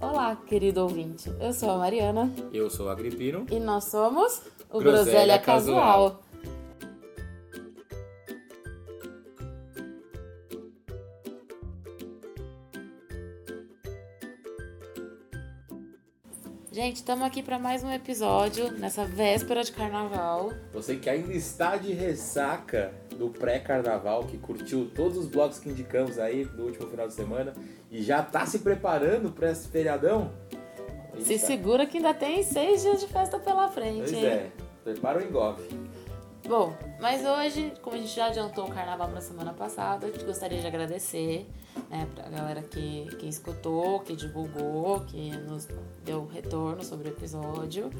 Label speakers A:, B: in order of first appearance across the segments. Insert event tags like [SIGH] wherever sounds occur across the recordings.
A: Olá, querido ouvinte. Eu sou a Mariana
B: Eu sou o Agripino.
A: e nós somos o
B: Groselha
A: Groselha Casual. Gente, estamos aqui para mais um episódio nessa véspera de carnaval.
B: Você que ainda está de ressaca do pré-carnaval, que curtiu todos os blogs que indicamos aí do último final de semana e já tá se preparando para esse feriadão?
A: Se
B: Eita.
A: segura que ainda tem seis dias de festa pela frente,
B: Pois
A: hein?
B: é, prepara o engove.
A: Bom, mas hoje, como a gente já adiantou o carnaval na semana passada, eu gostaria de agradecer né, pra galera que, que escutou, que divulgou, que nos deu retorno sobre o episódio.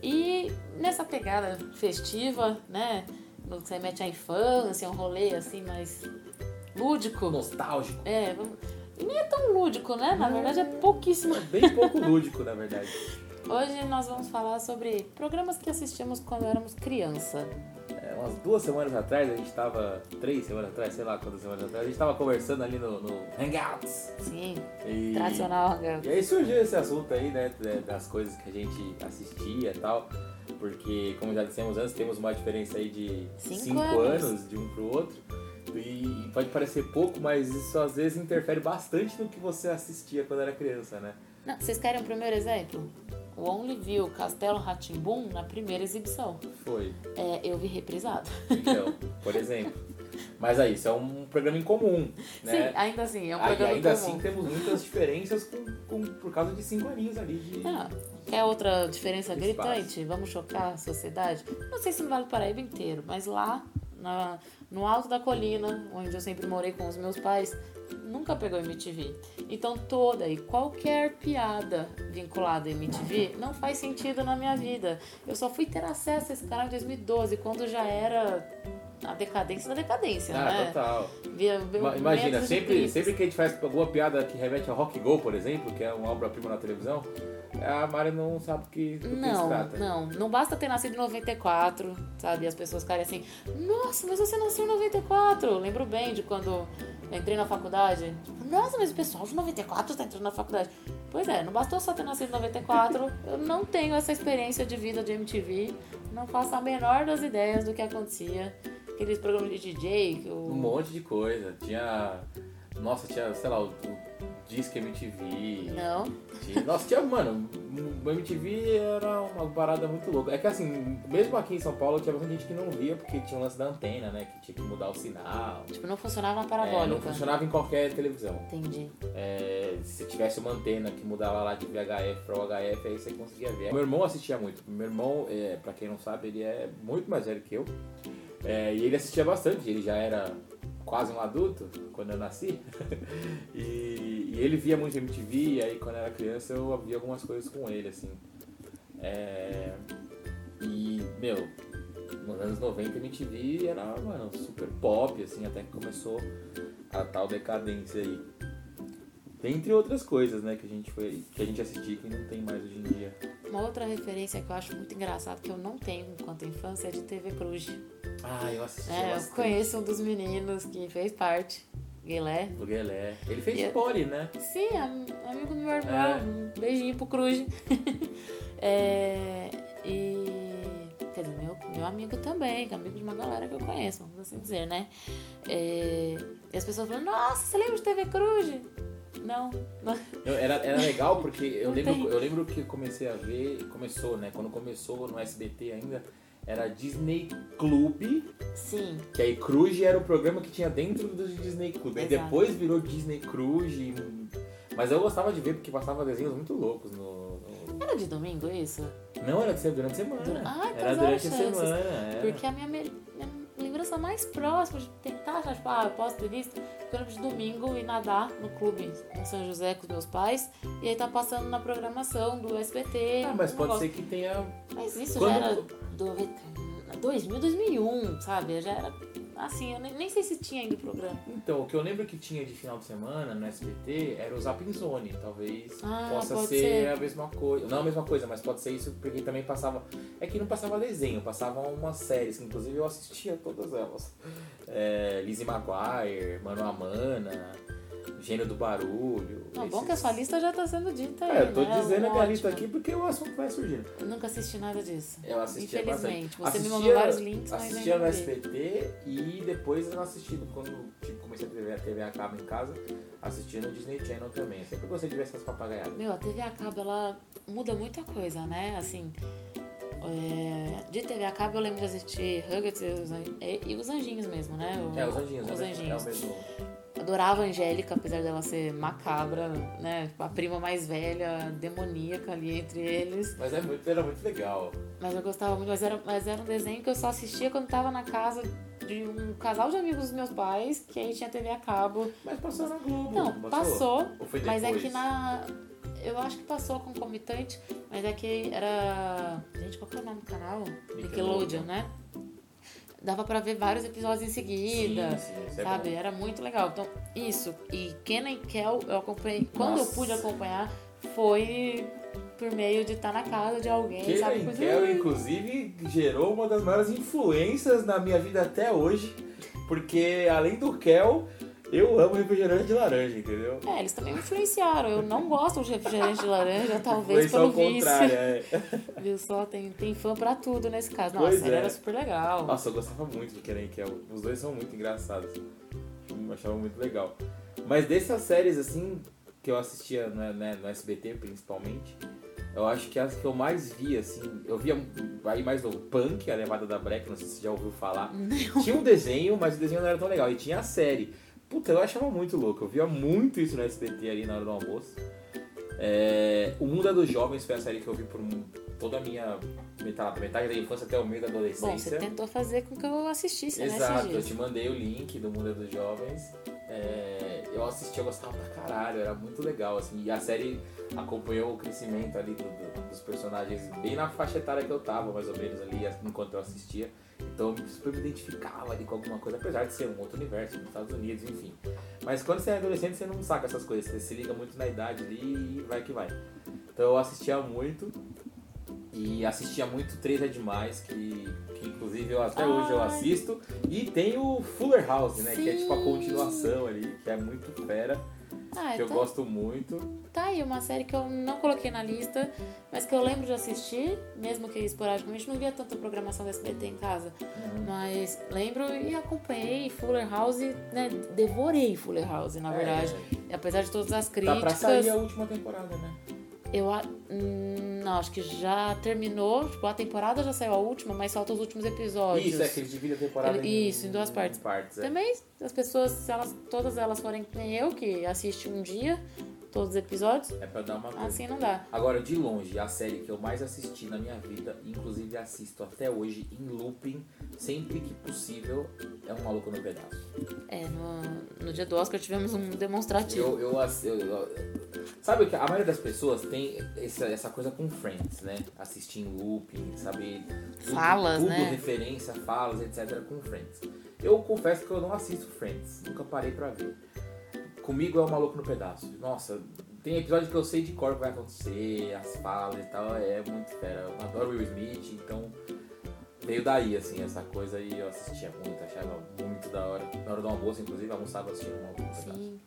A: E nessa pegada festiva, né? no que Você mete a infância, um rolê assim mais lúdico.
B: Nostálgico.
A: É, vamos- e nem é tão lúdico, né? Na verdade é pouquíssimo.
B: Bem pouco lúdico, na verdade.
A: Hoje nós vamos falar sobre programas que assistimos quando éramos criança.
B: É, umas duas semanas atrás, a gente tava. Três semanas atrás, sei lá quantas semanas atrás, a gente tava conversando ali no, no Hangouts.
A: Sim,
B: E...
A: tradicional. né?
B: E aí surgiu esse assunto aí, né, da- das coisas que a gente assistia e tal, porque, como já dissemos antes, temos uma diferença aí de
A: Cinco
B: 5
A: anos.
B: anos. de um pro outro, e, e pode parecer pouco, mas isso às vezes interfere bastante no que você assistia quando era criança, né?
A: Não, vocês querem o primeiro exemplo? O Only viu Castelo Ratimbum na primeira exibição.
B: Foi,
A: É, eu vi reprisado.
B: então, por exemplo. Mas aí, isso é um programa em comum, né?
A: Sim, ainda assim, é um
B: Aí,
A: programa
B: ainda
A: comum.
B: assim temos muitas diferenças com, com- por causa de cinco aninhos ali de...
A: Ah, quer outra diferença
B: Espaço.
A: gritante? Vamos chocar a sociedade? Não sei se no Vale do Paraíba inteiro, mas lá na- no alto da colina, onde eu sempre morei com os meus pais, nunca pegou MTV. Então toda e qualquer piada vinculada à MTV não faz sentido na minha vida. Eu só fui ter acesso a esse canal em 2012, quando já era a decadência da decadência,
B: Ah,
A: né?
B: total.
A: Via- via
B: Ma- Imagina,
A: momentos de
B: sempre,
A: crise.
B: sempre que a gente faz alguma piada que remete a Rock Go, por exemplo, que é uma obra-prima na televisão, é, a Mari não sabe o que, do que se
A: Não,
B: trata.
A: não. Não basta ter nascido em 94, sabe? As pessoas ficarem assim, nossa, mas você nasceu em 94. Eu lembro bem de quando eu entrei na faculdade. Tipo, Nossa, mas o pessoal de 94 tá entrando na faculdade. Pois é, não bastou só ter nascido em 94. eu não tenho essa experiência de vida de MTV. Não faço a menor das ideias do que acontecia. Aqueles programas de DJ, que
B: Um
A: o...
B: monte de coisa. Tinha. Nossa, tinha, sei lá, o, o Disque MTV.
A: Não.
B: Tinha, nossa, tinha, mano, o MTV era uma parada muito louca. É que assim, mesmo aqui em São Paulo tinha bastante gente que não via, porque tinha o lance da antena, né? Que tinha que mudar o sinal.
A: Tipo, não funcionava na
B: É, não
A: parabólica.
B: funcionava em qualquer televisão.
A: Entendi.
B: É, se tivesse uma antena que mudava lá de VHF para UHF, aí você conseguia ver. Meu irmão assistia muito. Meu irmão, é, para quem não sabe, ele é muito mais velho que eu. É, e ele assistia bastante. Ele já era quase um adulto quando eu nasci. [LAUGHS] e, e ele via muito MTV. E aí, quando eu era criança, eu via algumas coisas com ele, assim. É, e, meu, nos anos 90 MTV era, mano, super pop, assim, até que começou a tal decadência aí. Dentre outras coisas, né, que a gente foi. que a gente assistia que não tem mais hoje em dia.
A: Uma outra referência que eu acho muito engraçado, que eu não tenho enquanto infância, é de TV Cruz.
B: Ah, eu assisti
A: É, eu
B: bastante.
A: conheço um dos meninos que fez parte, é? Guilherme.
B: O Guilé. Ele fez
A: Eu-
B: pole, né?
A: Sim, é am- amigo do meu irmão.
B: É.
A: Um beijinho pro Cruz. [LAUGHS] É, e. Quer dizer, meu, meu amigo também, que é amigo de uma galera que eu conheço, vamos assim dizer, né? É, e as pessoas falam: Nossa, você lembra de TV Cruz? Não, [LAUGHS] não.
B: Eu- era, era legal porque eu
A: Não tem.
B: lembro, eu lembro que eu comecei a ver. Começou, né? Quando começou no SBT ainda, era Disney Clube.
A: Sim,
B: Que aí Cruz era o programa que tinha dentro do Disney Club. Aí
A: Exato.
B: depois virou Disney Cruz. e- Mas eu gostava de ver porque passava desenhos muito loucos no. no-
A: era de domingo isso?
B: Não era de ser durante a semana.
A: Dur- Ah, então
B: era
A: zero
B: durante a
A: chances.
B: semana. era.
A: Porque é a minha, me- minha lembrança mais próxima de tentar achar, tipo, ah, eu posso ter visto, foi no de domingo e nadar no clube em São José com os meus pais. E aí tá passando na programação do SBT.
B: Ah, mas
A: um
B: pode
A: negócio.
B: ser que tenha.
A: Mas isso já
B: Quando-
A: era do... 2000, 2001, sabe? Já era assim, eu nem, nem sei se tinha ainda o programa.
B: Então, o que eu lembro que tinha de final de semana no SBT era o Zapping Zone. Talvez
A: Ah,
B: possa
A: pode
B: ser,
A: ser.
B: a mesma coisa. Não a mesma coisa, mas pode ser isso porque também passava. É que não passava desenho, passava umas séries, que inclusive eu assistia todas elas. É, Lizzie McGuire, Mano a Mana. Gênio do Barulho.
A: Não, bom
B: esses-
A: que a sua lista já tá sendo dita aí,
B: É, eu tô
A: né?
B: dizendo a minha lista
A: Ótimo.
B: aqui porque é o assunto vai né? surgindo.
A: Eu nunca assisti nada disso.
B: Eu assistia
A: Infelizmente.
B: bastante.
A: Você me
B: Assistia-
A: mandou vários links, mas
B: Assistia no
A: ainda não vi.
B: SBT e depois eu não assistindo. Quando tipo, comecei a TV, a TV a cabo em casa, assistia no Disney Channel também. Sempre gostei de ver essas papagaiadas.
A: Meu, a TV a cabo, ela muda muita coisa, né? Assim, é, de TV a cabo eu lembro de assistir Huggets e os, An- e- e os Anjinhos mesmo, né? O-
B: É, os anjinhos,
A: Os
B: né? É o
A: Anjinhos.
B: mesmo.
A: Adorava a Angélica, apesar dela ser macabra, né? Tipo, A prima mais velha, demoníaca ali entre eles.
B: Mas é muito, era muito legal.
A: Mas eu gostava muito, mas era, mas era um desenho que eu só assistia quando tava na casa de um casal de amigos dos meus pais, que aí tinha TV a cabo.
B: Mas passou na Globo.
A: Não, passou,
B: Ou foi
A: mas é
B: depois?
A: que na. Eu acho que passou concomitante, mas é que era. Gente, qual que é o nome do canal?
B: Nickelodeon.
A: Nickelodeon, né? Dava pra ver vários episódios em seguida.
B: Sim, sim, isso é bom.
A: Sabe, era muito legal. Então, isso. E Kenan e Kel, eu acompanhei. Quando eu
B: Nossa.
A: pude acompanhar, foi por meio de estar na casa de alguém,
B: Keira
A: sabe?
B: e
A: Coisa-
B: Kel, inclusive, gerou uma das maiores influências na minha vida até hoje, porque além do Kel, eu amo refrigerante de laranja, entendeu?
A: É, eles também me influenciaram. Eu não gosto de refrigerante de laranja, [LAUGHS] talvez
B: Influência
A: pelo
B: ao
A: vício. [LAUGHS]
B: contrário, é.
A: Viu só? Tem, tem fã pra tudo nesse caso. Nossa,
B: Pois
A: ele
B: é.
A: era super legal.
B: Nossa, eu gostava muito de Keira e Kel. Os dois são muito engraçados. Eu achava muito legal. Mas dessas séries, assim, que eu assistia né, né, no SBT principalmente, eu acho que as que eu mais via, assim, eu via aí mais o Punk, a levada da Breca, não sei se você já ouviu falar. Tinha um desenho, mas o desenho não era tão legal. E tinha a série. Puta, eu achava muito louco. Eu via muito isso no SBT ali na hora do almoço. É, o Mundo é dos Jovens foi a série que eu vi por um- toda a minha metade, metade da infância até o meio da
A: Bom,
B: adolescência.
A: você tentou fazer com que eu assistisse, né,
B: Exato, tipo,
A: esses
B: eu
A: dias.
B: te mandei o link do Mundo dos Jovens. É, eu assisti, eu gostava pra caralho, era muito legal, assim. E a série acompanhou o crescimento ali do- do- dos personagens, bem na faixa etária que eu tava, mais ou menos, ali, as- enquanto eu assistia. Então eu super me identificava ali com alguma coisa, apesar de ser um outro universo, nos Estados Unidos, enfim. Mas quando você é adolescente, você não saca essas coisas, você se liga muito na idade ali e vai que vai. Então eu assistia muito. E assistia muito Três é Demais, que, que inclusive eu, até hoje eu
A: Ai.
B: assisto. E tem o Fuller House, né? Que é tipo a
A: Sim.
B: continuação ali, que é muito fera,
A: Ah,
B: que eu
A: tá,
B: gosto muito.
A: tá aí uma série que eu não coloquei na lista, mas que eu lembro de assistir, mesmo que esporadicamente, não via tanta programação da SBT em casa.
B: Uhum.
A: Mas lembro e acompanhei Fuller House, né? Devorei Fuller House, na verdade.
B: É,
A: Apesar de todas as
B: tá
A: críticas.
B: pra sair a última temporada, né?
A: Eu a- hum, não, acho que já terminou. Tipo, a temporada já saiu a última, mas faltam os últimos episódios.
B: Isso, é que eles dividem a temporada
A: Ele-
B: em,
A: isso, em duas partes.
B: é.
A: Também as pessoas, se elas, todas elas forem que nem eu, que assiste um dia, todos os episódios,
B: É pra dar uma coisa.
A: assim não dá.
B: Agora, de longe, a série que eu mais assisti na minha vida, inclusive assisto até hoje em looping, sempre que possível, é Um Maluco no Pedaço.
A: É, no, no dia do Oscar tivemos um demonstrativo.
B: Eu, eu, ass- eu- eu- sabe o que a maioria das pessoas tem essa, essa coisa com Friends, né? Assistir em looping, saber tudo,
A: Falas,
B: tudo
A: né?
B: referência, falas, etc. com Friends. Eu confesso que eu não assisto Friends, nunca parei pra ver. Comigo é o maluco no pedaço. Nossa, tem episódio que eu sei de cor o que vai acontecer, as falas e tal, é muito fera. Eu adoro Will Smith, então veio daí, assim, essa coisa e eu assistia muito, achava muito da hora. Na hora do almoço, inclusive, almoçava assistindo o maluco no pedaço.
A: Sim.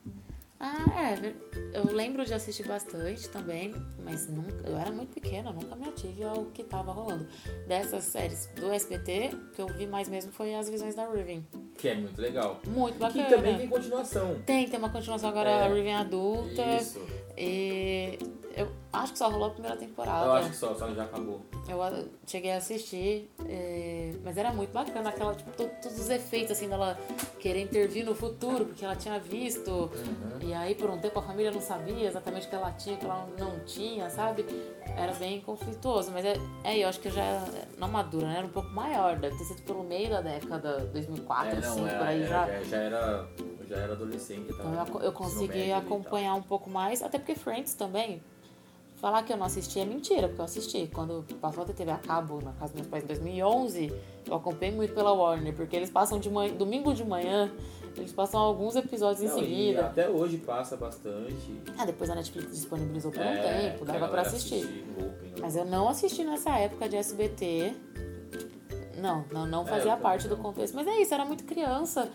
A: Ah, é. ver- Eu lembro de assistir bastante também, mas nunca, eu era muito pequena, nunca me ative ao que tava rolando. Dessas séries do SBT, o que eu vi mais mesmo foi As Visões da Riven.
B: Que é muito legal.
A: Muito bacana.
B: Que também tem continuação.
A: Tem, tem uma continuação agora,
B: É.
A: a Riven adulta.
B: Isso.
A: E eu acho que só rolou a primeira temporada.
B: Eu acho que só, só já acabou.
A: Eu a- cheguei a assistir, é, mas era muito bacana aquela, tipo, to- todos os efeitos assim dela querer intervir no futuro, porque ela tinha visto.
B: Uhum.
A: E aí por um tempo a família não sabia exatamente o que ela tinha, o que ela não tinha, sabe? Era bem conflituoso, mas é, é, eu acho que eu já não madura, né? Era um pouco maior, deve ter sido pelo meio da década 2004,
B: É,
A: assim,
B: não,
A: por aí
B: era,
A: já.
B: era- já era. eu Já era adolescente. tava
A: Então eu, aco- eu
B: no
A: consegui
B: médio ali e tal.
A: acompanhar um pouco mais, até porque Friends também. Falar que eu não assisti é mentira, porque eu assisti. Quando passou a TV a cabo na casa dos meus pais em 2011, eu acompanhei muito pela Warner, porque eles passam de manhã, domingo de manhã, eles passam alguns episódios em
B: Não, e
A: seguida.
B: até hoje passa bastante.
A: Ah, depois a Netflix disponibilizou por um
B: É,
A: tempo,
B: que a
A: dava pra
B: galera
A: assistir.
B: assiste em looping, né?
A: Mas é eu não assisti nessa época de SBT. Não, não, não
B: É,
A: fazia
B: eu também
A: parte do é
B: não.
A: contexto. Mas é isso, era muito criança.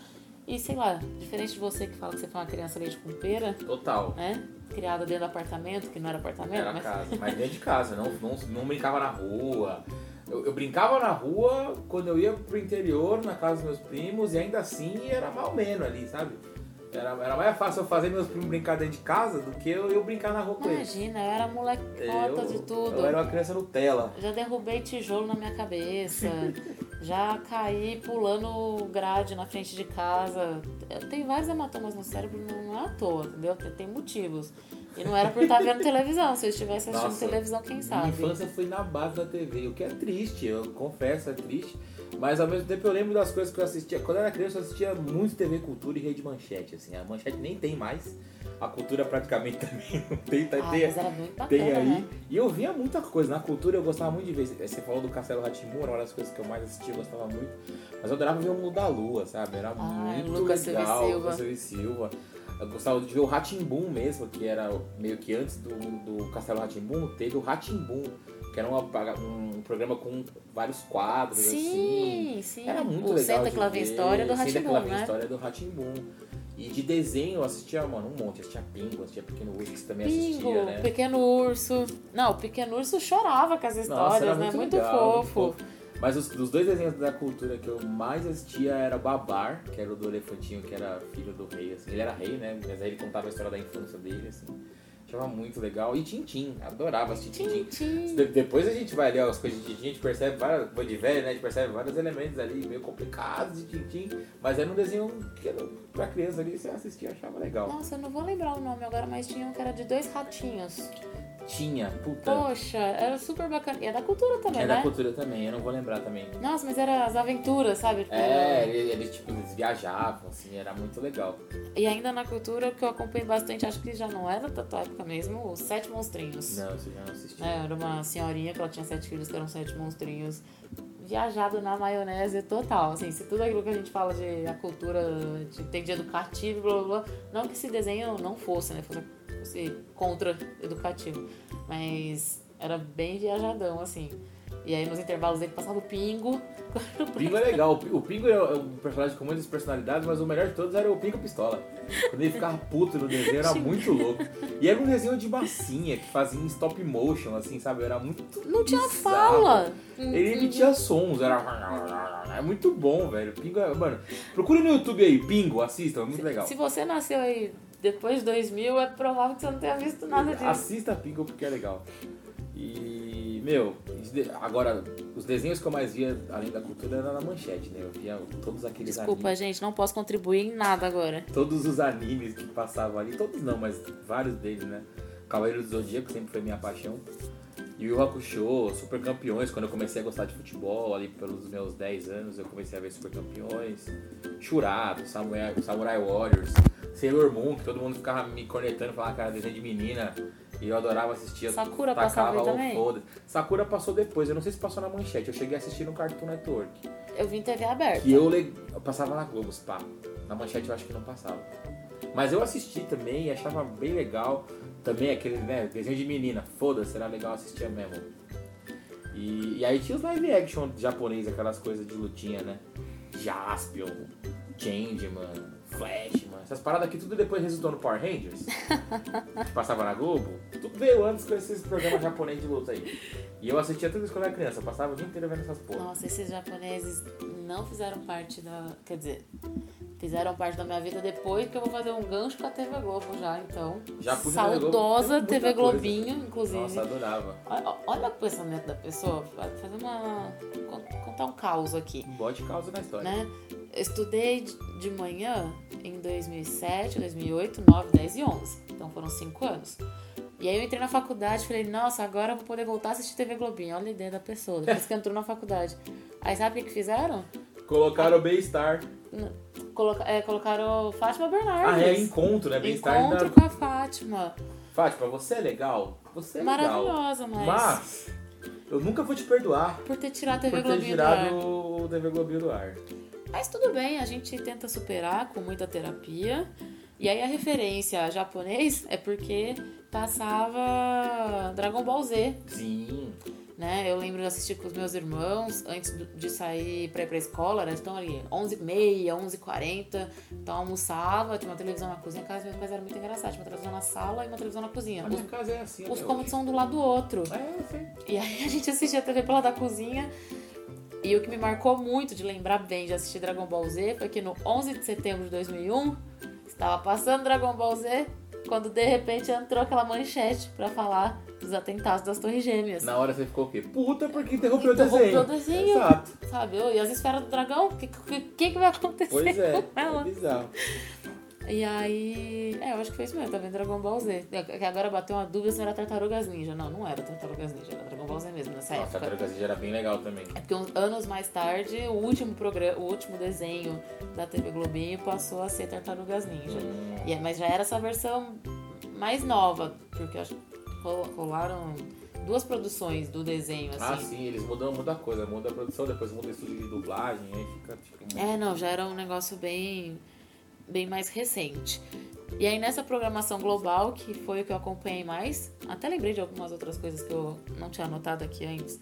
A: E sei lá, diferente de você que fala que você foi uma criança leite com pera,
B: Total.
A: né? Criada dentro do apartamento, que não era apartamento,
B: Era
A: mas [LAUGHS]
B: casa, mas dentro de casa, não, não, não brincava na rua. Eu, eu brincava na rua quando eu ia pro interior, na casa dos meus primos, e ainda assim era mal menos ali, sabe? Era, era mais fácil eu fazer meus primos brincar dentro de casa do que eu, eu brincar na rua com eles.
A: imagina, eu era molecota
B: Eu,
A: de tudo.
B: eu era uma criança Nutella.
A: Já derrubei tijolo na minha cabeça.
B: [LAUGHS]
A: já caí pulando grade na frente de casa. Tem vários hematomas no cérebro, não é à toa, entendeu? Tem, tem motivos. E não era por estar
B: [LAUGHS]
A: vendo televisão. Se eu estivesse assistindo
B: Nossa,
A: televisão, quem
B: Minha
A: sabe?
B: infância foi na base da TV, o que é triste, eu confesso, é triste. Mas ao mesmo tempo eu lembro das coisas que eu assistia. Quando eu era criança, eu assistia muito TV Cultura e Rede Manchete, assim. A Manchete nem tem mais, a cultura praticamente [LAUGHS] também não tem, tá,
A: Ah,
B: tem,
A: mas era muito bacana,
B: tem aí.
A: né?
B: E eu via muita coisa, na cultura eu gostava muito de ver. Você falou do Castelo Ratimbu, era uma das coisas que eu mais assistia, eu gostava muito. Mas eu adorava ver o Mundo da Lua, sabe? Era
A: Ai,
B: muito
A: Lucas
B: legal,
A: Silva.
B: Lucas Silva e Silva. Eu gostava de ver o Ratimbum mesmo, que era meio que antes do, do Castelo Ratimbum, teve o Ratimbum, que era uma- um programa com vários quadros, assim.
A: Sim, sim.
B: Era muito
A: o
B: legal.
A: Senta
B: de
A: que lá vem
B: ver.
A: história do
B: Senta que lá
A: Ratibum,
B: vem
A: né?
B: história do Ratimbum. E de desenho eu assistia, mano, um monte. Eu assistia Pingo, assistia Pequeno Urso, que você também
A: Pingo,
B: assistia, né?
A: Pequeno Urso. Não, o Pequeno Urso chorava com as histórias,
B: era
A: né?
B: muito
A: muito
B: legal,
A: fofo.
B: Mas os, dos dois desenhos da cultura que eu mais assistia era Babar, que era o do elefantinho que era filho do rei, assim. Ele era rei, né? Mas aí ele contava a história da infância dele, assim. Achava muito legal. E Tintim, adorava assistir Tintim.
A: Tintim.
B: De- depois a gente vai ler as coisas de Tintim, a gente percebe várias. Vou de velho, né? A gente percebe vários elementos ali meio complicados de Tintim. Mas era um desenho que era pra criança ali, você assistia e achava legal.
A: Nossa, eu não vou lembrar o nome agora, mas tinha um que era de dois ratinhos.
B: Tinha, puta.
A: Poxa, era super bacana. E é da cultura também,
B: Tá. É
A: né?
B: da cultura também, eu não vou lembrar também.
A: Nossa, mas era as aventuras, sabe? Tipo,
B: É, ele- eles, tipo, eles viajavam, assim, era muito legal.
A: E ainda na cultura, o que eu acompanhei bastante, acho que já não era da tua época mesmo, os Sete Monstrinhos.
B: Não, isso eu já não assisti.
A: É, era uma senhorinha que ela tinha sete filhos, que eram sete monstrinhos. Viajado na maionese total. Assim, se tudo aquilo que a gente fala de a cultura de, tem de educativo, blá blá blá. Não que esse desenho não fosse, né? Fosse, fosse contra-educativo. Mas era bem viajadão, assim. E aí nos intervalos ele passava o pingo. [LAUGHS]
B: O Pingo é legal. o Pi- O Pingo é um personagem com muitas personalidades, mas o melhor de todos era o Pingo Pistola. Quando ele ficava puto no desenho, era muito louco. E era um desenho de massinha, que fazia em stop motion, assim, sabe? Era muito
A: Não tinha
B: bizarro.
A: fala!
B: Ele é emitia sons, era... É muito bom, velho. O Pingo é... Mano, procure no YouTube aí, Pingo, assistam, é muito legal.
A: Se você nasceu aí depois de 2000, é provável que você não tenha visto
B: é
A: nada disso.
B: Assista Pingo porque é legal. E, meu, os de- agora, os desenhos que eu mais via, além da cultura, era na manchete, né? Eu via todos aqueles
A: Desculpa, gente, não posso contribuir em nada agora.
B: todos os animes que passavam ali, todos não, mas vários deles, né? Cavaleiro do Zodíaco sempre foi minha paixão. E o Hakusho, Super Campeões, quando eu comecei a gostar de futebol, ali pelos meus 10 anos, eu comecei a ver Super Campeões, Churado, Samurai, Samurai Warriors, Sailor Moon, que todo mundo ficava me cornetando, falava que era desenho de menina, e eu adorava assistir. eu
A: Sakura passava
B: tacava
A: aí
B: o
A: também?
B: foda. Sakura passou depois, eu não sei se passou na manchete, eu cheguei a assistir no Cartoon Network.
A: Eu vim TV aberta.
B: Que eu, le- eu passava na Globo, pá. Na manchete eu acho que não passava. Mas eu assisti também e achava bem legal. Também aquele, né, desenho de menina. Foda-se, era legal assistir mesmo. E, e aí tinha os live action japonês, aquelas coisas de lutinha, né? Jaspion, Changeman, Flashman. Essas paradas aqui tudo depois resultou no Power Rangers. que passava na Globo. Tudo veio antes com esses programas japonês de luta aí. E eu assistia tudo isso quando era criança. Eu passava o dia inteiro vendo essas porra.
A: Nossa, esses japoneses não fizeram parte da. Quer dizer, fizeram parte da minha vida depois que eu vou fazer um gancho com a TV Globo já, então.
B: Já puxa a TV Globo,
A: Saudosa
B: muita
A: TV
B: coisa.
A: Globinho, inclusive.
B: Nossa, adorava.
A: Olha, olha o pensamento da pessoa. fa- Fazer uma. con- Contar um caos aqui.
B: Bote causa na história.
A: né? Eu estudei de- de manhã em 2007, 2008, 9, 10 e 11. Então foram 5 anos. E aí eu entrei na faculdade e falei, nossa, agora eu vou poder voltar a assistir TV Globinho. Olha a ideia da pessoa, depois que entrou na faculdade. Aí sabe o que que fizeram?
B: Colocaram o Bem-Estar.
A: Coloca- é, colocaram Fátima Bernardes.
B: Ah, é encontro, né? Bem-Estar
A: Encontro
B: da.
A: com a Fátima.
B: Fátima, você é legal? Você é legal.
A: Maravilhosa, mas...
B: Mas eu nunca vou te perdoar
A: Por ter tirado a TV
B: por ter
A: Globinho do ar.
B: tirado o TV Globinho do ar.
A: Mas tudo bem, a gente tenta superar com muita terapia. E aí a referência a japonês é porque passava Dragon Ball Z.
B: Sim.
A: né? Eu lembro de assistir com os meus irmãos antes do- de sair pra ir pra escola, né? Então ali, 11h30, 11h40, então almoçava, tinha uma televisão na cozinha, a casa dos meus pais era muito engraçada, tinha uma televisão na sala e uma televisão na cozinha.
B: A minha casa é assim.
A: Os, os
B: até
A: cômodos são um do lado do outro.
B: hoje. É, eu sei.
A: E aí a gente assistia a TV pela da cozinha. E o que me marcou muito de lembrar bem de assistir Dragon Ball Z foi que no 11 de setembro de 2001 estava passando Dragon Ball Z quando de repente entrou aquela manchete pra falar dos atentados das Torres Gêmeas.
B: Na hora você ficou o quê? Puta, porque interrompeu,
A: Interrompeu
B: o desenho.
A: o desenho.
B: Exato.
A: Sabe? Eu, e as esferas do dragão? O que, que, que que vai acontecer?
B: Pois é.
A: [LAUGHS] ela.
B: É bizarro.
A: E aí. É, eu acho que foi isso mesmo, tá vendo Dragon Ball Z. É, Que agora bateu uma dúvida se era Tartarugas Ninja. Não, não era Tartarugas Ninja, era Dragon Ball Z mesmo nessa
B: Nossa, a
A: época.
B: Tartaruga Ninja era bem legal também.
A: É porque uns anos mais tarde, o último programa, o último desenho da TV Globinho passou a ser Tartarugas Ninja.
B: Hum,
A: E é- mas já era essa versão mais nova, porque eu acho que col- colaram duas produções do desenho,
B: Ah,
A: assim.
B: sim, eles mudam muita coisa. Muda a produção, depois muda o estúdio de dublagem, aí fica tipo.
A: É, não, já era um negócio bem, bem mais recente. E aí nessa programação global, que foi o que eu acompanhei mais, até lembrei de algumas outras coisas que eu não tinha anotado aqui antes,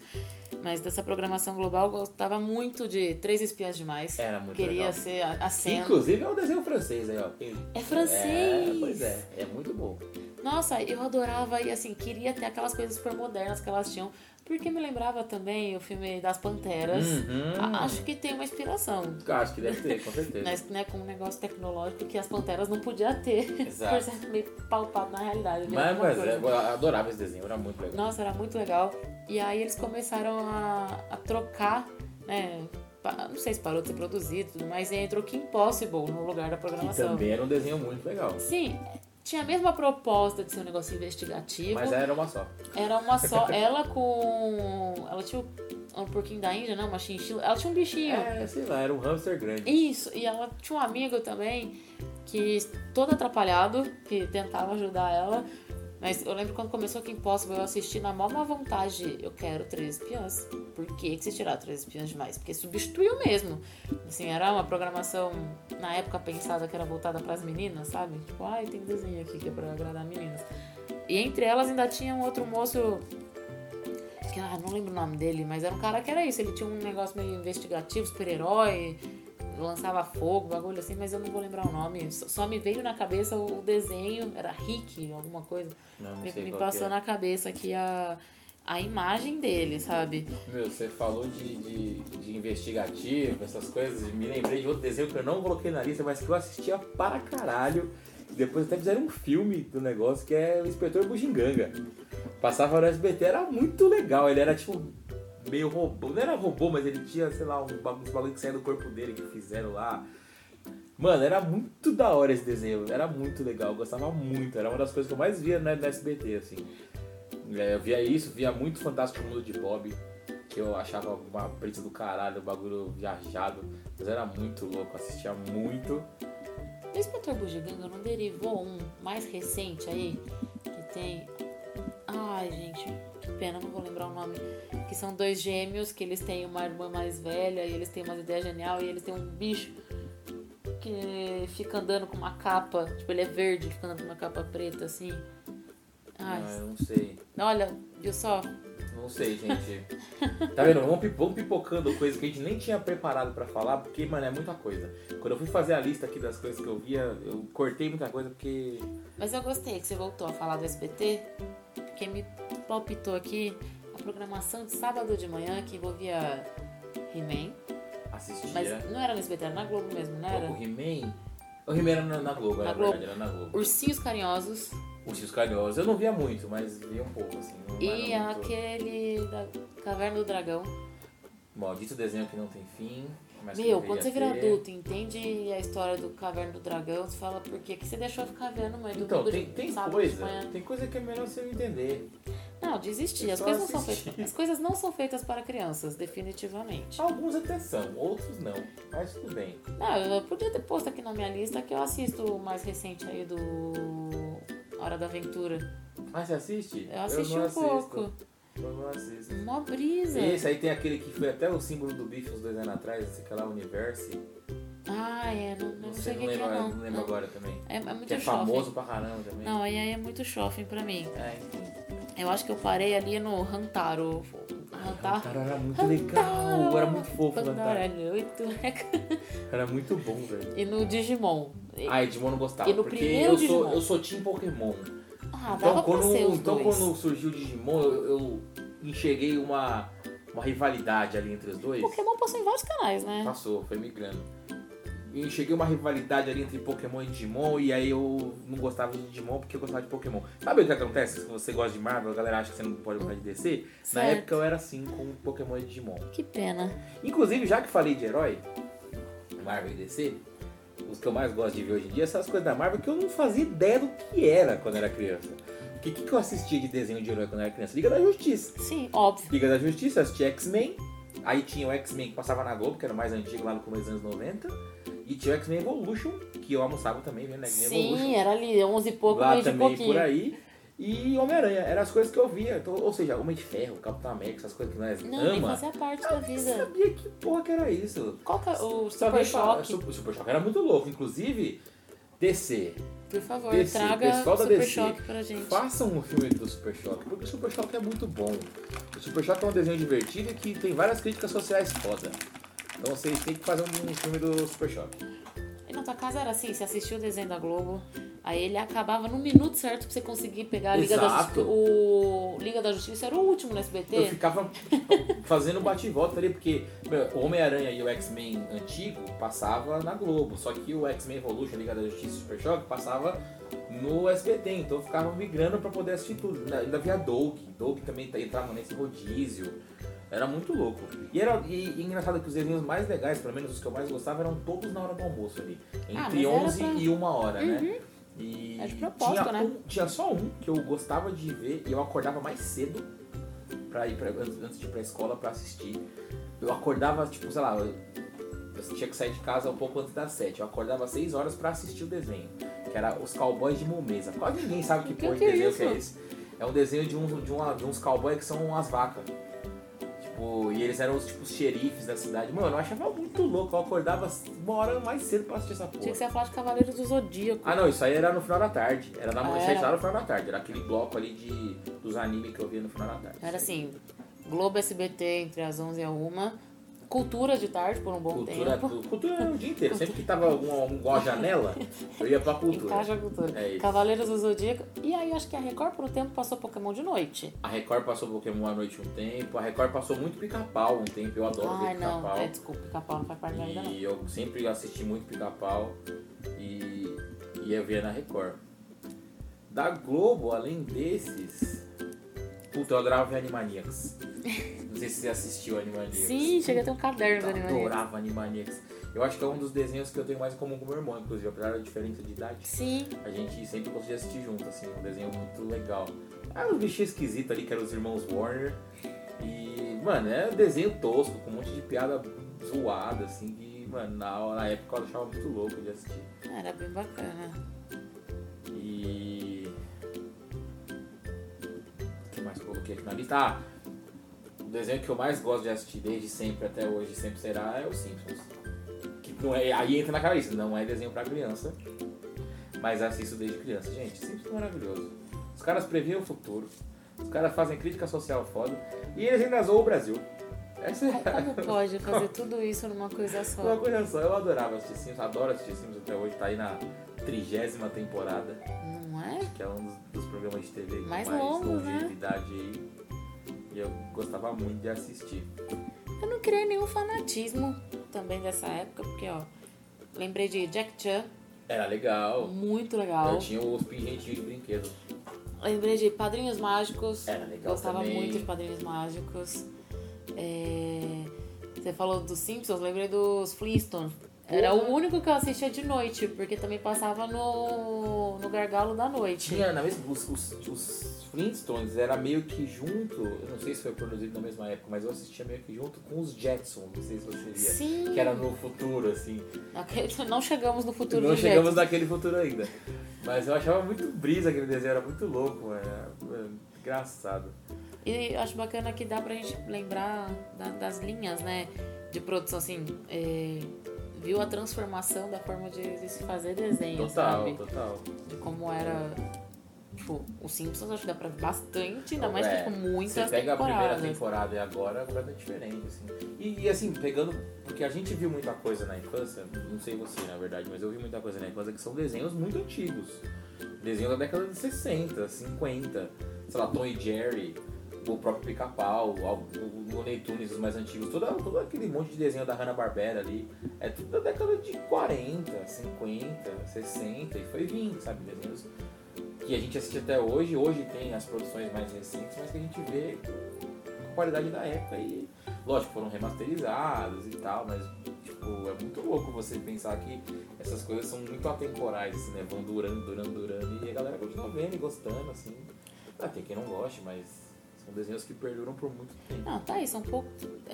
A: mas dessa programação global eu gostava muito de Três Espiãs Demais.
B: Era muito
A: Queria
B: legal.
A: ser a, a
B: Que,
A: cena.
B: Inclusive é um desenho francês aí, ó. Tem-
A: É francês!
B: É, pois é, é muito bom.
A: Nossa, eu adorava e assim, queria ter aquelas coisas super modernas que elas tinham. Porque me lembrava também o filme das Panteras.
B: Uhum.
A: A- Acho que tem uma inspiração.
B: Acho que deve ter, com certeza.
A: Mas né, com um negócio tecnológico que as panteras não podiam ter. [LAUGHS]
B: Exato.
A: Por ser meio palpado na realidade. né?
B: Mas,
A: Alguma
B: mas
A: coisa.
B: é, eu adorava esse desenho, era muito legal.
A: Nossa, era muito legal. E aí eles começaram a, a trocar, né? pa- Não sei se parou de ser produzido, e tudo mais, e entrou Kim Possible no lugar da
B: E
A: programação.
B: também era um desenho muito legal.
A: Sim, tinha a mesma proposta de ser um negócio investigativo.
B: Mas é- era uma só.
A: Era uma
B: [LAUGHS]
A: só. Ela com. Ela tinha um, um porquinho da Índia, não, uma chinchila. Ela tinha um bichinho.
B: É, sei lá, era um hamster grande.
A: Isso, e ela tinha um amigo também que todo atrapalhado, que tentava ajudar ela. Mas eu lembro quando começou que Impossible, eu assisti na maior má vontade, eu quero Três Espiãs. Por que que se tiraram Três Espiãs demais? Porque substituiu mesmo. Assim, era uma programação, na época, pensada que era voltada pras meninas, sabe? Tipo, ai, tem desenho aqui que é pra agradar meninas. E entre elas ainda tinha um outro moço que ah, não lembro o nome dele, mas era um cara que era isso. Ele tinha um negócio meio investigativo, super-herói, lançava fogo, bagulho assim, mas eu não vou lembrar o nome. Só, só me veio na cabeça o desenho, era Rick, alguma coisa.
B: Não, não
A: Me,
B: sei
A: me
B: qual que
A: passou
B: é.
A: na cabeça aqui a, a imagem dele, sabe?
B: Meu, você falou de, de, de investigativo, essas coisas, me lembrei de outro desenho que eu não coloquei na lista, mas que eu assistia para caralho. Depois até fizeram um filme do negócio que é o Inspetor Bugiganga. Passava no SBT, era muito legal. Ele era tipo meio robô. Não era robô, mas ele tinha, sei lá, um ba- uns bagulho que saía do corpo dele que fizeram lá. Mano, era muito da hora esse desenho. Era muito legal, eu gostava muito. Era uma das coisas que eu mais via né, no SBT, assim. É, eu via isso, via muito Fantástico Mundo de Bob, que eu achava uma brita do caralho, um bagulho viajado. Mas era muito louco, assistia muito.
A: O Inspetor Bugiganga não derivou um mais recente aí, que tem. Ai, gente, que pena, não vou lembrar o nome. Que são dois gêmeos, que eles têm uma irmã mais velha, e eles têm umas ideias genial, e eles têm um bicho que fica andando com uma capa. Tipo, ele é verde, ele fica andando com uma capa preta, assim. Ai,
B: Ah, eu não sei.
A: olha, viu só?
B: Não sei, gente. tá vendo? Vamos, pi- vamos pipocando coisas que a gente nem tinha preparado pra falar, porque, mano, é muita coisa. Quando eu fui fazer a lista aqui das coisas que eu via, eu cortei muita coisa porque.
A: Mas eu gostei que você voltou a falar do SBT, porque me palpitou aqui a programação de sábado de manhã que envolvia He-Man.
B: Assistia. Então,
A: Mas não era no SBT, era na Globo mesmo, né? não
B: O
A: era?
B: He-Man. O He-Man era na, na Globo,
A: Na
B: era
A: Globo.
B: verdade, era na Globo.
A: Ursinhos Carinhosos
B: Os X Carinhosos, eu não via muito, mas via um pouco, assim. não
A: e
B: era muito-
A: aquele da Caverna do Dragão.
B: Maldito desenho que não tem fim. Mas que
A: Meu,
B: deveria
A: quando você vira
B: ter.
A: adulto e entende a história do Caverna do Dragão, você fala, por que, que você deixou eu ficar vendo, mãe?
B: Então,
A: Domingo
B: tem,
A: de-
B: tem
A: sábado de
B: coisa.
A: manhã.
B: Tem coisa que é melhor você não entender.
A: Não, desisti.
B: Eu
A: As
B: só
A: coisas, não são
B: assisti.
A: feitas, as coisas não são feitas para crianças, definitivamente.
B: Alguns até são, outros não. Mas tudo bem.
A: Não, eu podia ter posto aqui na minha lista que eu assisto o mais recente aí do Hora da Aventura.
B: Ah, você assiste?
A: Eu assisti
B: não
A: um
B: assisto.
A: pouco. é.
B: Eu não assisto.
A: Mó brisa.
B: Esse aí tem aquele que foi até o símbolo do bife uns dois anos atrás, sei que lá, Universe.
A: Ah, é. Não, não sei o que, que é,
B: lembro,
A: não.
B: não lembro agora também.
A: É, é muito
B: que é
A: shopping.
B: famoso pra né? caramba também.
A: Não, aí aí é muito shopping pra mim.
B: É, enfim.
A: Eu acho que eu parei ali no Rantaro. Hantar.
B: É um Cara, era muito legal, é era muito fofo
A: Pandora,
B: cantar.
A: Ah, muito legal.
B: Era muito bom, velho.
A: E no Digimon. E-
B: Ah, Edmon não gostava,
A: E no
B: porque
A: primeiro
B: eu sou,
A: Digimon?
B: eu sou Team Pokémon.
A: Ah, dava
B: Então,
A: pra
B: quando,
A: ser os
B: então
A: dois.
B: quando surgiu o Digimon, eu, eu enxerguei uma, uma rivalidade ali entre os dois.
A: Pokémon passou em vários canais, né?
B: Passou, foi migrando. E enxerguei uma rivalidade ali entre Pokémon e Digimon, e aí eu não gostava de Digimon porque eu gostava de Pokémon. Sabe o que acontece? Se você gosta de Marvel, a galera acha que você não pode gostar de DC. Na
A: Certo.
B: época eu era assim com Pokémon e Digimon.
A: Que pena.
B: Inclusive, já que falei de herói, Marvel e DC, os que eu mais gosto de ver hoje em dia são as coisas da Marvel que eu não fazia ideia do que era quando era criança. O que, que que eu assistia de desenho de herói quando era criança? Liga da Justiça.
A: Sim, óbvio.
B: Liga da Justiça, assistia X-Men. Aí tinha o X-Men que passava na Globo, que era o mais antigo lá no começo dos anos 90. E tinha o X-Men Evolution, que eu almoçava também, vendo né? X-Men Evolution.
A: Sim, era ali, 11 e pouco,
B: lá
A: meio de
B: também
A: pouquinho.
B: por aí. E Homem-Aranha, eram as coisas que eu via. Então, ou seja, Homem de Ferro, Capitão América, essas coisas que nós
A: Não, nem
B: ama.
A: fazia parte da
B: Eu
A: vida.
B: sabia que porra que era isso.
A: Qual que é o
B: Só que
A: Super
B: ele fala-
A: Choque?
B: Super, Super Choque era muito louco. Inclusive, DC,
A: Por favor,
B: DC,
A: traga
B: pessoal da
A: Super
B: DC.
A: Choque pra gente.
B: façam um filme do Super Choque, porque o Super Choque é muito bom. O Super Choque é um desenho divertido e que tem várias críticas sociais foda. Então vocês têm que fazer um filme do Super Choque.
A: E na tua casa era assim, você assistia o desenho da Globo, aí ele acabava no minuto certo pra você conseguir pegar a Liga da
B: Exato.
A: Justiça. O Liga da Justiça era o último no SBT.
B: Eu ficava fazendo bate e volta ali, porque meu, o Homem-Aranha e o X-Men antigo passava na Globo, só que o X-Men Evolution, Liga da Justiça e Super Choque passava no SBT, então eu ficava migrando pra poder assistir tudo. Ainda- Ainda via Doug, Doug também tá, entrava nesse rodízio. Era muito louco. E era e, e engraçado que os desenhos mais legais, pelo menos os que eu mais gostava, eram todos na hora do almoço ali.
A: Ah,
B: Entre
A: mas era
B: 11
A: pra- Uhum.
B: e 1 hora, né? E
A: É de propósito,
B: tinha
A: né?
B: um- tinha só um que eu gostava de ver e eu acordava mais cedo pra ir pra, antes antes de ir pra escola pra assistir. Eu acordava, tipo, sei lá, eu, eu tinha que sair de casa um pouco antes das 7. Eu acordava às 6 horas pra assistir o desenho, que era Os Cowboys de Momesa. Quase ninguém sabe que,
A: Que
B: porra de
A: que é
B: desenho
A: isso?
B: que é esse. É um desenho de, um, de, uma- de uns cowboys que são as vacas. Tipo, e eles eram os, tipo, os xerifes da cidade. Mano, eu achava muito louco. Eu acordava uma hora mais cedo pra assistir essa porra.
A: Tinha que ser falar de Cavaleiros do Zodíaco.
B: Ah, não, isso aí era no final da tarde. Era na
A: Ah,
B: manchete
A: era?
B: lá no final da tarde. Era aquele bloco ali de, dos animes que eu via no final da tarde.
A: Era assim, Globo SBT entre as 11 e a 1, Cultura de tarde por um bom
B: Cultura,
A: tempo.
B: tu- cultura era o dia inteiro. Sempre que tava algum, alguma janela, eu ia pra cultura.
A: [LAUGHS] Encaixa a cultura.
B: É isso.
A: Cavaleiros do Zodíaco. E aí acho que a Record por um tempo passou Pokémon de noite.
B: A Record passou Pokémon à noite um tempo. A Record passou muito pica-pau um tempo. Eu adoro
A: Ai,
B: ver
A: não.
B: pica-pau.
A: É, desculpa, pica-pau não faz parte da vida, não.
B: E eu sempre assisti muito Pica-Pau e ia ver na Record. Da Globo, além desses. Puta, eu adorava ver Animaniacs.
A: [LAUGHS]
B: Não sei se você assistiu Animaniacs.
A: Sim, chega a ter um caderno do
B: Eu
A: Animaniacs.
B: adorava Animaniacs. Eu acho que é um dos desenhos que eu tenho mais em comum com meu irmão, inclusive, apesar da diferença de idade.
A: Sim,
B: A gente sempre gostou de assistir junto, assim, um desenho muito legal. Ah, os bichinhos esquisitos ali, que eram os irmãos Warner. E, mano, é um desenho tosco, com um monte de piada zoada, assim, que, mano, na, na época eu achava muito louco de assistir.
A: era bem bacana.
B: E. O que mais que eu coloquei aqui na lista? Ah, o desenho que eu mais gosto de assistir desde sempre até hoje, sempre será, é o Simpsons. Que não é, aí entra na cabeça, não é desenho pra criança, mas assisto desde criança. Gente, Simpsons é maravilhoso. Os caras preveem o futuro, os caras fazem crítica social foda, e eles ainda zoam o Brasil. Essa é a-
A: Como pode fazer tudo isso numa coisa só?
B: uma coisa só. Eu adorava assistir Simpsons, adoro assistir Simpsons até hoje, tá aí na trigésima temporada
A: Não é?
B: [LAUGHS] que é um dos, dos programas de TV com mais,
A: Mais longos, né?
B: longevidade aí. E eu gostava muito de assistir.
A: Eu não criei nenhum fanatismo também dessa época, porque, ó, lembrei de Jack Chan,
B: Era legal.
A: muito legal.
B: Eu tinha os pingentinhos de brinquedo.
A: Lembrei de Padrinhos Mágicos.
B: Era legal
A: Gostava
B: também.
A: muito de Padrinhos Mágicos. É, Você falou dos Simpsons, lembrei dos Flintstones. Era o único que eu assistia de noite, porque também passava no, no gargalo da noite.
B: Tinha na mesma. Os, os, os Flintstones era meio que junto. Eu não sei se foi produzido na mesma época, mas eu assistia meio que junto com os Jetsons. Não sei se você via.
A: Sim.
B: Que era no futuro, assim.
A: Aquele- [LAUGHS] Não chegamos no futuro
B: não
A: do jeito.
B: chegamos naquele futuro ainda. Mas eu achava muito brisa aquele desenho, era muito louco, mano. Era, mano, engraçado.
A: E eu acho bacana que dá pra gente lembrar da- das linhas, né? De produção, assim. é, viu a transformação da forma de, de se fazer desenho,
B: Total,
A: sabe?
B: total.
A: De como era Tipo, os Simpsons acho que dá pra ver bastante, ainda mais
B: É,
A: que, tipo, muitas
B: Você pega a
A: temporadas.
B: primeira temporada e agora, agora é diferente, assim. E, e, assim, pegando. Porque a gente viu muita coisa na infância, não sei você na verdade, mas eu vi muita coisa na infância que são desenhos muito antigos. Desenhos da década de 60, 50. Sei lá, Tom e Jerry, o próprio Pica-Pau, al- o Looney Tunes, os mais antigos, todo, todo aquele monte de desenho da Hanna-Barbera ali. É tudo da década de 40, 50, 60 e foi 20, sabe? Desenhos que a gente assiste até hoje. Hoje tem as produções mais recentes, mas que a gente vê com a qualidade da época. E, lógico, foram remasterizados e tal, mas, tipo, é muito louco você pensar que essas coisas são muito atemporais, assim, né? Vão durando, durando, durando. E a galera continua vendo e gostando, assim. Ah, tem quem não goste, mas são desenhos que perduram por muito tempo.
A: Não, tá aí, são, pou-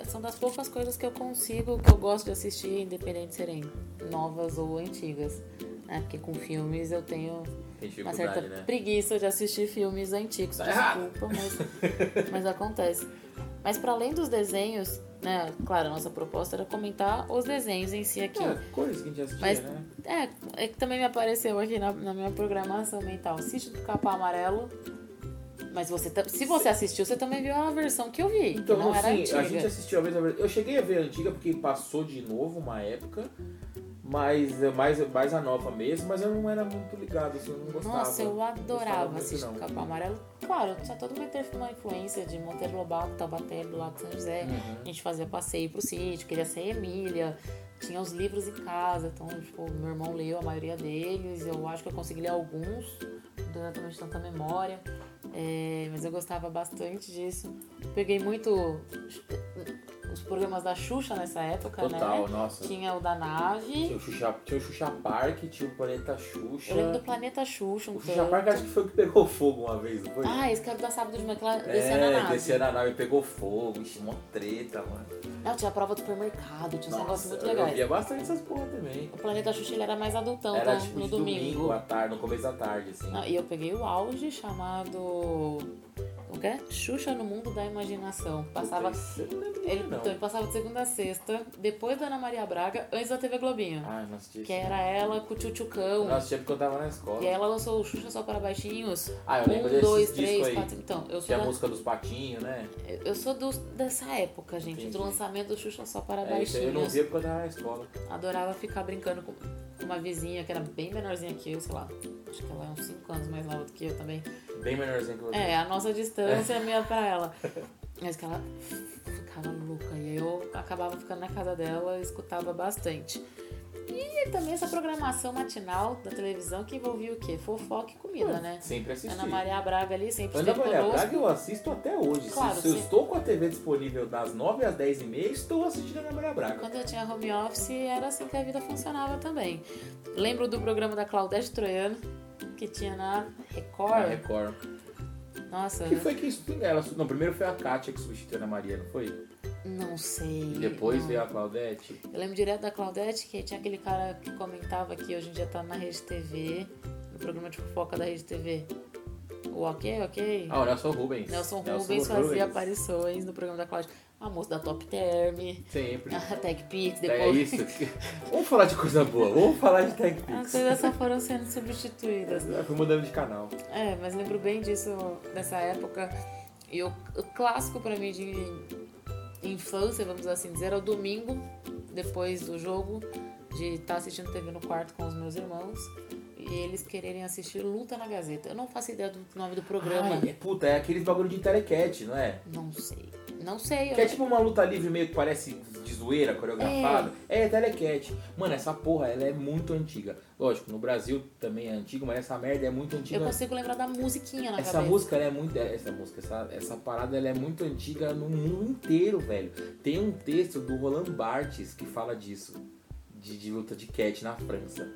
A: são das poucas coisas que eu consigo, que eu gosto de assistir, independente de serem novas ou antigas. né? Porque com filmes eu tenho
B: Tem
A: uma
B: dificuldade,
A: certa
B: né?
A: é preguiça de assistir filmes antigos.
B: Tá errado.
A: desculpa, mas,
B: [LAUGHS]
A: mas acontece. Mas para além dos desenhos, né? Claro, a nossa proposta era comentar os desenhos em si aqui.
B: É, coisas que a gente assistia,
A: Mas-
B: né?
A: É, é que também me apareceu aqui na, na minha programação mental. Sítio do Capão Amarelo. Mas você, ta- se você assistiu, você também viu a versão que eu vi. que
B: Então,
A: não era
B: assim,
A: antiga.
B: a gente assistiu a vez, a vez. Eu cheguei a ver a antiga porque passou de novo uma época, mas é mais, mais a nova mesmo, mas eu não era muito ligado, assim, eu não gostava.
A: Nossa, eu
B: Gostava
A: adorava
B: muito,
A: assistir
B: não.
A: o Capão Amarelo. Claro, tinha toda uma, inter- uma influência de Monteiro Lobato, Taubaté, do Lago São José. A
B: Uhum.
A: gente fazia passeio pro sítio, queria ser Emília. Tinha os livros em casa, então, tipo, meu irmão leu a maioria deles. Eu acho que eu consegui ler alguns, durante a tanta memória. É, mas eu gostava bastante disso. Peguei muito hum, os programas da Xuxa nessa época, né?
B: Total, nossa. Tinha...
A: Tinha o da nave.
B: o Xuxa, tinha o Xuxa Park, tinha o Planeta
A: Eu lembro
B: Xuxa.
A: do Planeta Xuxa um
B: O Xuxa
A: tanto.
B: Park acho que foi o que pegou fogo uma vez, não foi?
A: Ah, esse cara da sábado de manhã que ela descia na
B: é,
A: nave.
B: descer na nave e pegou fogo, ixi, mó treta, mano.
A: Não, tinha a prova do supermercado, tinha uns negócios muito
B: eu
A: legais.
B: via bastante essas porra também.
A: O Planeta Xuxa ele era mais adultão,
B: Era
A: tá?
B: tipo
A: no
B: de domingo.
A: domingo.
B: à tarde, no começo da tarde, assim.
A: Não, e eu peguei o auge chamado. O quê? Xuxa no Mundo da Imaginação. Passava.
B: Eu não lembro,
A: Ele,
B: não.
A: então, ele passava de segunda a sexta, depois da Ana Maria Braga, antes da TV Globinho.
B: Ai, Ah, não assisti
A: Que é um-
B: isso.
A: era ela com o Tchutchucão.
B: Eu não assistia porque eu tava na escola.
A: E ela lançou o Xuxa só para baixinhos.
B: Ah, eu
A: Um,
B: lembro desses
A: dois,
B: discos
A: três,
B: aí.
A: quatro. Então, eu sou,
B: Tinha a
A: da-
B: música dos patinhos, né?
A: eu sou dos- dessa época, gente.
B: Entendi.
A: Do lançamento do Xuxa só para
B: É, isso aí eu não
A: baixinhos.
B: via porque eu tava na escola.
A: Adorava ficar brincando com com uma vizinha que era bem menorzinha que eu, sei lá. Acho que ela é uns 5 anos mais nova do que eu também.
B: Bem menorzinho que você.
A: É, a nossa distância é a minha pra
B: [LAUGHS]
A: ela. Mas que ela ficava louca. E aí eu acabava ficando na casa dela e escutava bastante. E também essa programação matinal da televisão que envolvia o quê? Fofoca e comida, né?
B: Sempre assisti.
A: Ana Maria Braga ali sempre
B: Ana
A: esteve
B: Maria
A: conosco.
B: Braga eu assisto até hoje. Se-
A: Claro,
B: se, eu
A: sim.
B: estou com a TV disponível das 9 às 10 e meia, estou assistindo Ana Maria Braga.
A: Quando eu tinha home office, era assim que a vida funcionava também. Lembro do programa da Claudete Troiano, que tinha na
B: Na
A: Record.
B: Record.
A: Nossa,
B: Que foi que isso? Ela, não, primeiro foi a Kátia que substituiu a Ana Maria, não foi?
A: não sei.
B: E depois
A: não.
B: veio a Claudete.
A: Eu lembro direto da Claudete, que tinha aquele cara que comentava que hoje em dia tá na Rede TV, no programa de fofoca da Rede TV. O Ok, ok.
B: Ah, o Nelson Rubens.
A: Nelson Rubens fazia
B: Rubens.
A: aparições no programa da Claudete. A moça da Top Term,
B: Sempre.
A: a TechPix,
B: É
A: Ah, depois.
B: isso. Vamos falar de coisa boa. Vamos falar de Tech
A: [LAUGHS] As coisas só foram sendo substituídas.
B: Fui mudando de canal.
A: É, mas lembro bem disso, dessa época. E o, o clássico pra mim de infância, vamos assim dizer, era o domingo, depois do jogo, de estar assistindo TV no quarto com os meus irmãos. E eles quererem assistir Luta na Gazeta. Eu não faço ideia do nome do programa.
B: Ai, é, puta, é aqueles bagulho de telecat, não é?
A: Não sei. Não sei. Eu...
B: Que é tipo uma luta livre meio que parece de zoeira, coreografada. É, telecat. Mano, essa porra, ela é muito antiga. Lógico, no Brasil também é antigo, mas essa merda é muito
A: Eu
B: antiga.
A: consigo lembrar da musiquinha na
B: Essa
A: cabeça.
B: música, ela é muito. é, Essa música, essa, essa parada ela é muito antiga no mundo inteiro, velho. Tem um texto do Roland Barthes que fala disso. De, de luta de cat na França.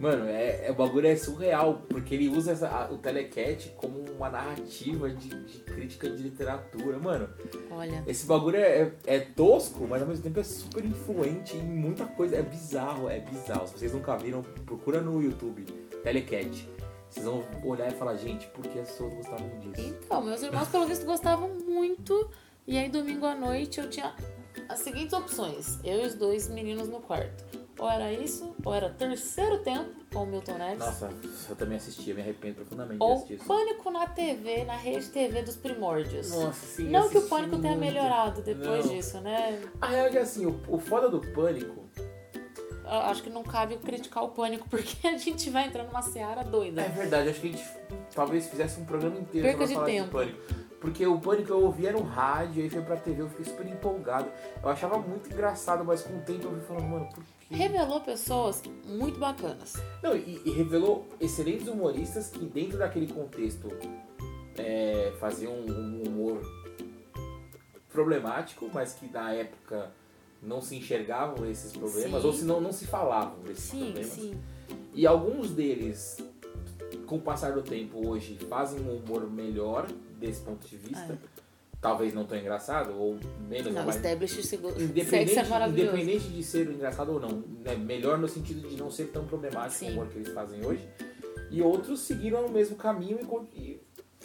B: Mano, é, é- o bagulho é surreal, porque ele usa essa- a- o telecat como uma narrativa de, de crítica de literatura. Mano,
A: Olha.
B: esse bagulho é, é- é tosco, mas ao mesmo tempo é super influente em muita coisa. É bizarro, é bizarro. Se vocês nunca viram, procura no YouTube, Telecat. Vocês vão olhar e falar, gente, por que as pessoas gostavam disso?
A: Então, meus irmãos, pelo visto, gostavam muito. E aí, domingo à noite, eu tinha as seguintes opções. Eu e os dois meninos no quarto. ou era isso, ou era Terceiro Tempo com o Milton Neves,
B: Nossa, eu também assistia, me arrependo profundamente de
A: ou
B: assistir isso.
A: Pânico na TV, na rede TV dos primórdios.
B: Nossa, sim,
A: Não que o
B: assisti
A: pânico tenha
B: muito.
A: melhorado depois
B: Não.
A: disso, né?
B: A real é que assim, o, o foda do pânico
A: Eu Acho que não cabe criticar o pânico, [LAUGHS] porque a gente vai entrar numa seara doida.
B: É verdade, acho que a gente talvez fizesse um programa inteiro
A: né? Perca
B: pra
A: de
B: falar
A: tempo.
B: de pânico. Porque o pânico eu ouvia no rádio, aí foi pra TV, eu fiquei super empolgado. Eu achava muito engraçado, mas com o tempo eu fui falando, mano, por quê?
A: Revelou pessoas muito bacanas.
B: Não, e, e revelou excelentes humoristas que dentro daquele contexto é, faziam um humor problemático, mas que na época não se enxergavam esses problemas,
A: Sim.
B: ou se não, não se falavam desses
A: Sim,
B: problemas.
A: sim.
B: E alguns deles, com o passar do tempo hoje, fazem um humor melhor desse ponto de vista. Talvez não tão engraçado, ou menos,
A: É. Não,
B: mas
A: Establish seguro.
B: independente,
A: Sexo é maravilhoso.
B: independente de ser engraçado ou não, né? melhor no sentido de não ser tão problemático
A: Sim.
B: o humor que eles fazem hoje. E outros seguiram o mesmo caminho e, con- e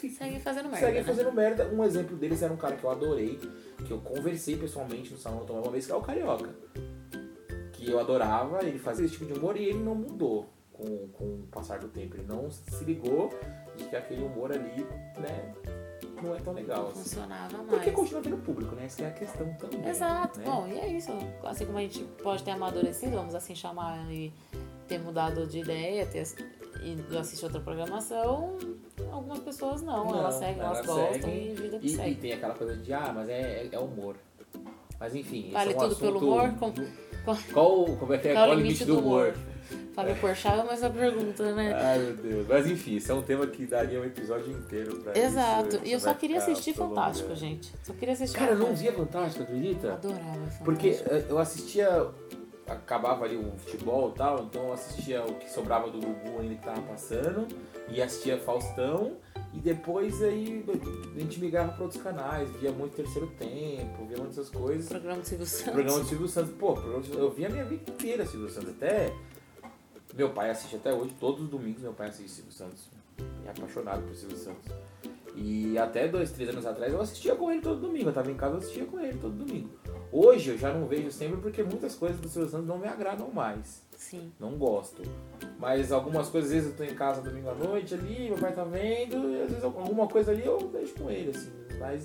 A: Segue fazendo merda.
B: seguem
A: né?
B: fazendo merda. Um exemplo deles era um cara que eu adorei, que eu conversei pessoalmente no salão do automóvel uma vez, que é o Carioca. Que eu adorava, ele fazia esse tipo de humor e ele não mudou com, com o passar do tempo. Ele não se ligou de que aquele humor ali, né, não é tão legal.
A: Não
B: assim.
A: funcionava mais.
B: Porque continua tendo público, né? Essa é a questão também.
A: Exato.
B: né?
A: Bom, e é isso. Assim como a gente pode ter amadurecido, vamos assim chamar, e ter mudado de ideia, ter ass- e assistir outra programação, algumas pessoas não.
B: Não,
A: então elas seguem, elas,
B: elas
A: gostam
B: seguem
A: e vida que
B: E, e
A: segue.
B: tem aquela coisa de, ah, mas é, é- é humor. Mas enfim, esse
A: Vale
B: é um
A: tudo pelo
B: assunto-
A: humor? Com- com-
B: Qual, como é que é? Qual, o limite do humor?
A: Fábio Porchat é mais uma pergunta, né?
B: Ai, meu Deus. Mas enfim, isso é um tema que daria um episódio inteiro pra isso.
A: Exato.
B: Isso
A: E eu só
B: vai
A: queria
B: ficar
A: assistir
B: prolongando.
A: Fantástico, gente. Só queria assistir
B: Cara, eu não
A: Fantástico.
B: via Fantástico, acredita?
A: Adorava Fantástico.
B: Porque eh, eu assistia, acabava ali o futebol e tal, então eu assistia o que sobrava do Gugu ainda que tava passando, e assistia Faustão, e depois aí a gente migrava pra outros canais, via muito Terceiro Tempo, via muitas essas coisas.
A: Programa do
B: [LAUGHS]
A: Silvio Santos.
B: Programa do Silvio Santos. Pô, programa do Silvio- eu vi a minha vida inteira Silvio Santos. Até meu pai assiste até hoje, todos os domingos meu pai assiste Silvio Santos. É apaixonado por Silvio Santos. E até dois, três anos atrás eu assistia com ele todo domingo. Eu tava em casa, eu assistia com ele todo domingo. Hoje eu já não vejo sempre porque muitas coisas do Silvio Santos não me agradam mais.
A: Sim.
B: Não gosto. Mas algumas coisas, às vezes eu tô em casa domingo à noite ali, meu pai tá vendo, e às vezes alguma coisa ali eu deixo com ele, assim. Mas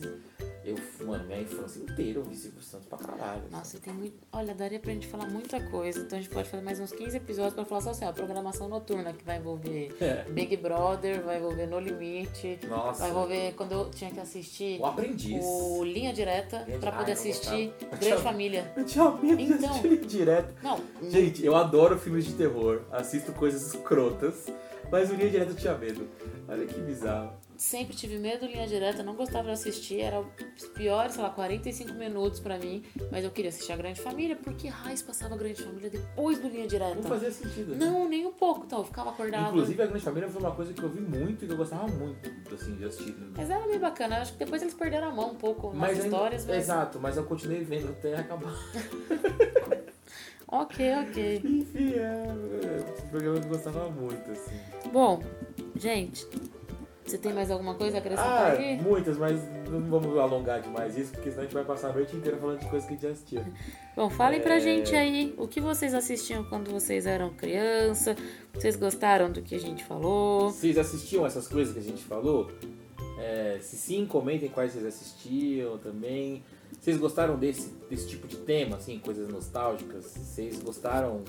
B: eu, mano, minha infância inteira eu vi Silvio Santos pra caralho. assim.
A: Nossa, e tem muito. Olha, daria pra gente falar muita coisa. Então a gente pode fazer mais uns 15 episódios pra falar só assim, ó, programação noturna que vai envolver
B: É.
A: Big Brother, vai envolver No Limite,
B: Nossa.
A: vai envolver quando eu tinha que assistir
B: O aprendiz.
A: o Linha Direta
B: Linha
A: pra
B: de-
A: poder
B: Ai, eu não
A: assistir
B: gostava. [LAUGHS]
A: Grande Família.
B: Eu tinha medo de
A: Então.
B: assistir ele direto.
A: Não,
B: Gente, eu adoro filmes de terror. Assisto coisas escrotas. Mas o Linha Direto eu tinha medo. Olha que bizarro.
A: sempre tive medo do Linha Direta, não gostava de assistir, era os piores, sei lá, 45 minutos pra mim, mas eu queria assistir a Grande Família, porque Raiz passava a Grande Família depois do Linha
B: Não
A: Direta.
B: fazia sentido. né?
A: Não, nem um pouco, então, eu ficava acordada.
B: Inclusive, a Grande Família foi uma coisa que eu vi muito e que eu gostava muito, assim, de assistir.
A: Mas era bem bacana, eu acho que depois eles perderam a mão um pouco nas
B: ainda-
A: histórias, mas.
B: Exato, mas eu continuei vendo
A: [LAUGHS]
B: até acabar.
A: Ok, ok.
B: Enfim, é... Esse programa que eu gostava muito, assim.
A: Bom, gente, você tem mais alguma coisa a acrescentar
B: Ah,
A: aqui?
B: muitas, mas não vamos alongar demais isso, porque senão a gente vai passar a noite inteira falando de coisas que a gente já assistia.
A: Bom, falem pra
B: é.
A: gente aí o que vocês assistiam quando vocês eram criança. Vocês gostaram do que a gente falou?
B: Então, Vocês assistiam essas coisas que a gente falou? É, se sim, comentem quais vocês assistiam também. Vocês gostaram desse, desse tipo de tema, assim, coisas nostálgicas? Vocês gostaram?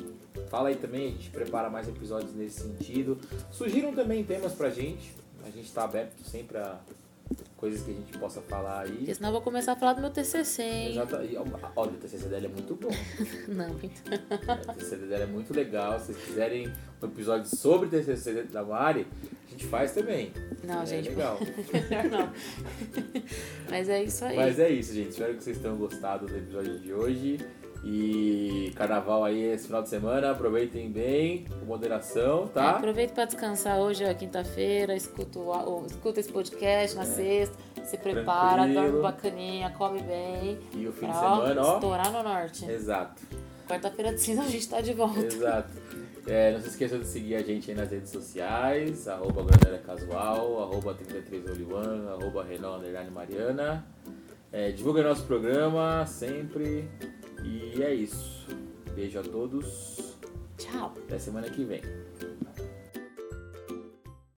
B: Fala aí também, a gente prepara mais episódios nesse sentido. Sugiram também temas pra gente. A gente tá aberto sempre a coisas que a gente possa falar aí.
A: Porque senão eu vou começar a falar do meu TCC, hein?
B: Exata- e, ó, Olha, o TCC dela é muito bom.
A: Não, então.
B: O TCC dela é muito legal. Se vocês quiserem um episódio sobre o TCC da Mari, a gente faz também.
A: Não,
B: é
A: gente, [LAUGHS]
B: legal.
A: melhor não. Mas é isso aí.
B: Mas é isso, gente. Espero que vocês tenham gostado do episódio de hoje. E carnaval aí esse final de semana. Aproveitem bem, com moderação,
A: É,
B: tá?
A: aproveita pra descansar hoje, é quinta-feira, escuta, o- ou escuta esse podcast na sexta, se prepara,
B: É. Tranquilo.
A: dorme bacaninha, come bem.
B: E o fim
A: pra
B: de semana, ó. É.
A: estourar no norte.
B: Exato,
A: Quarta-feira de cinza a gente tá de volta.
B: exato. É, não se esqueçam de seguir a gente aí nas redes sociais, arroba Granada Casual, arroba 33olivan, arroba Renan Underline Mariana. É, divulguem nosso programa sempre. E é isso. Beijo a todos.
A: Tchau.
B: Até semana que vem.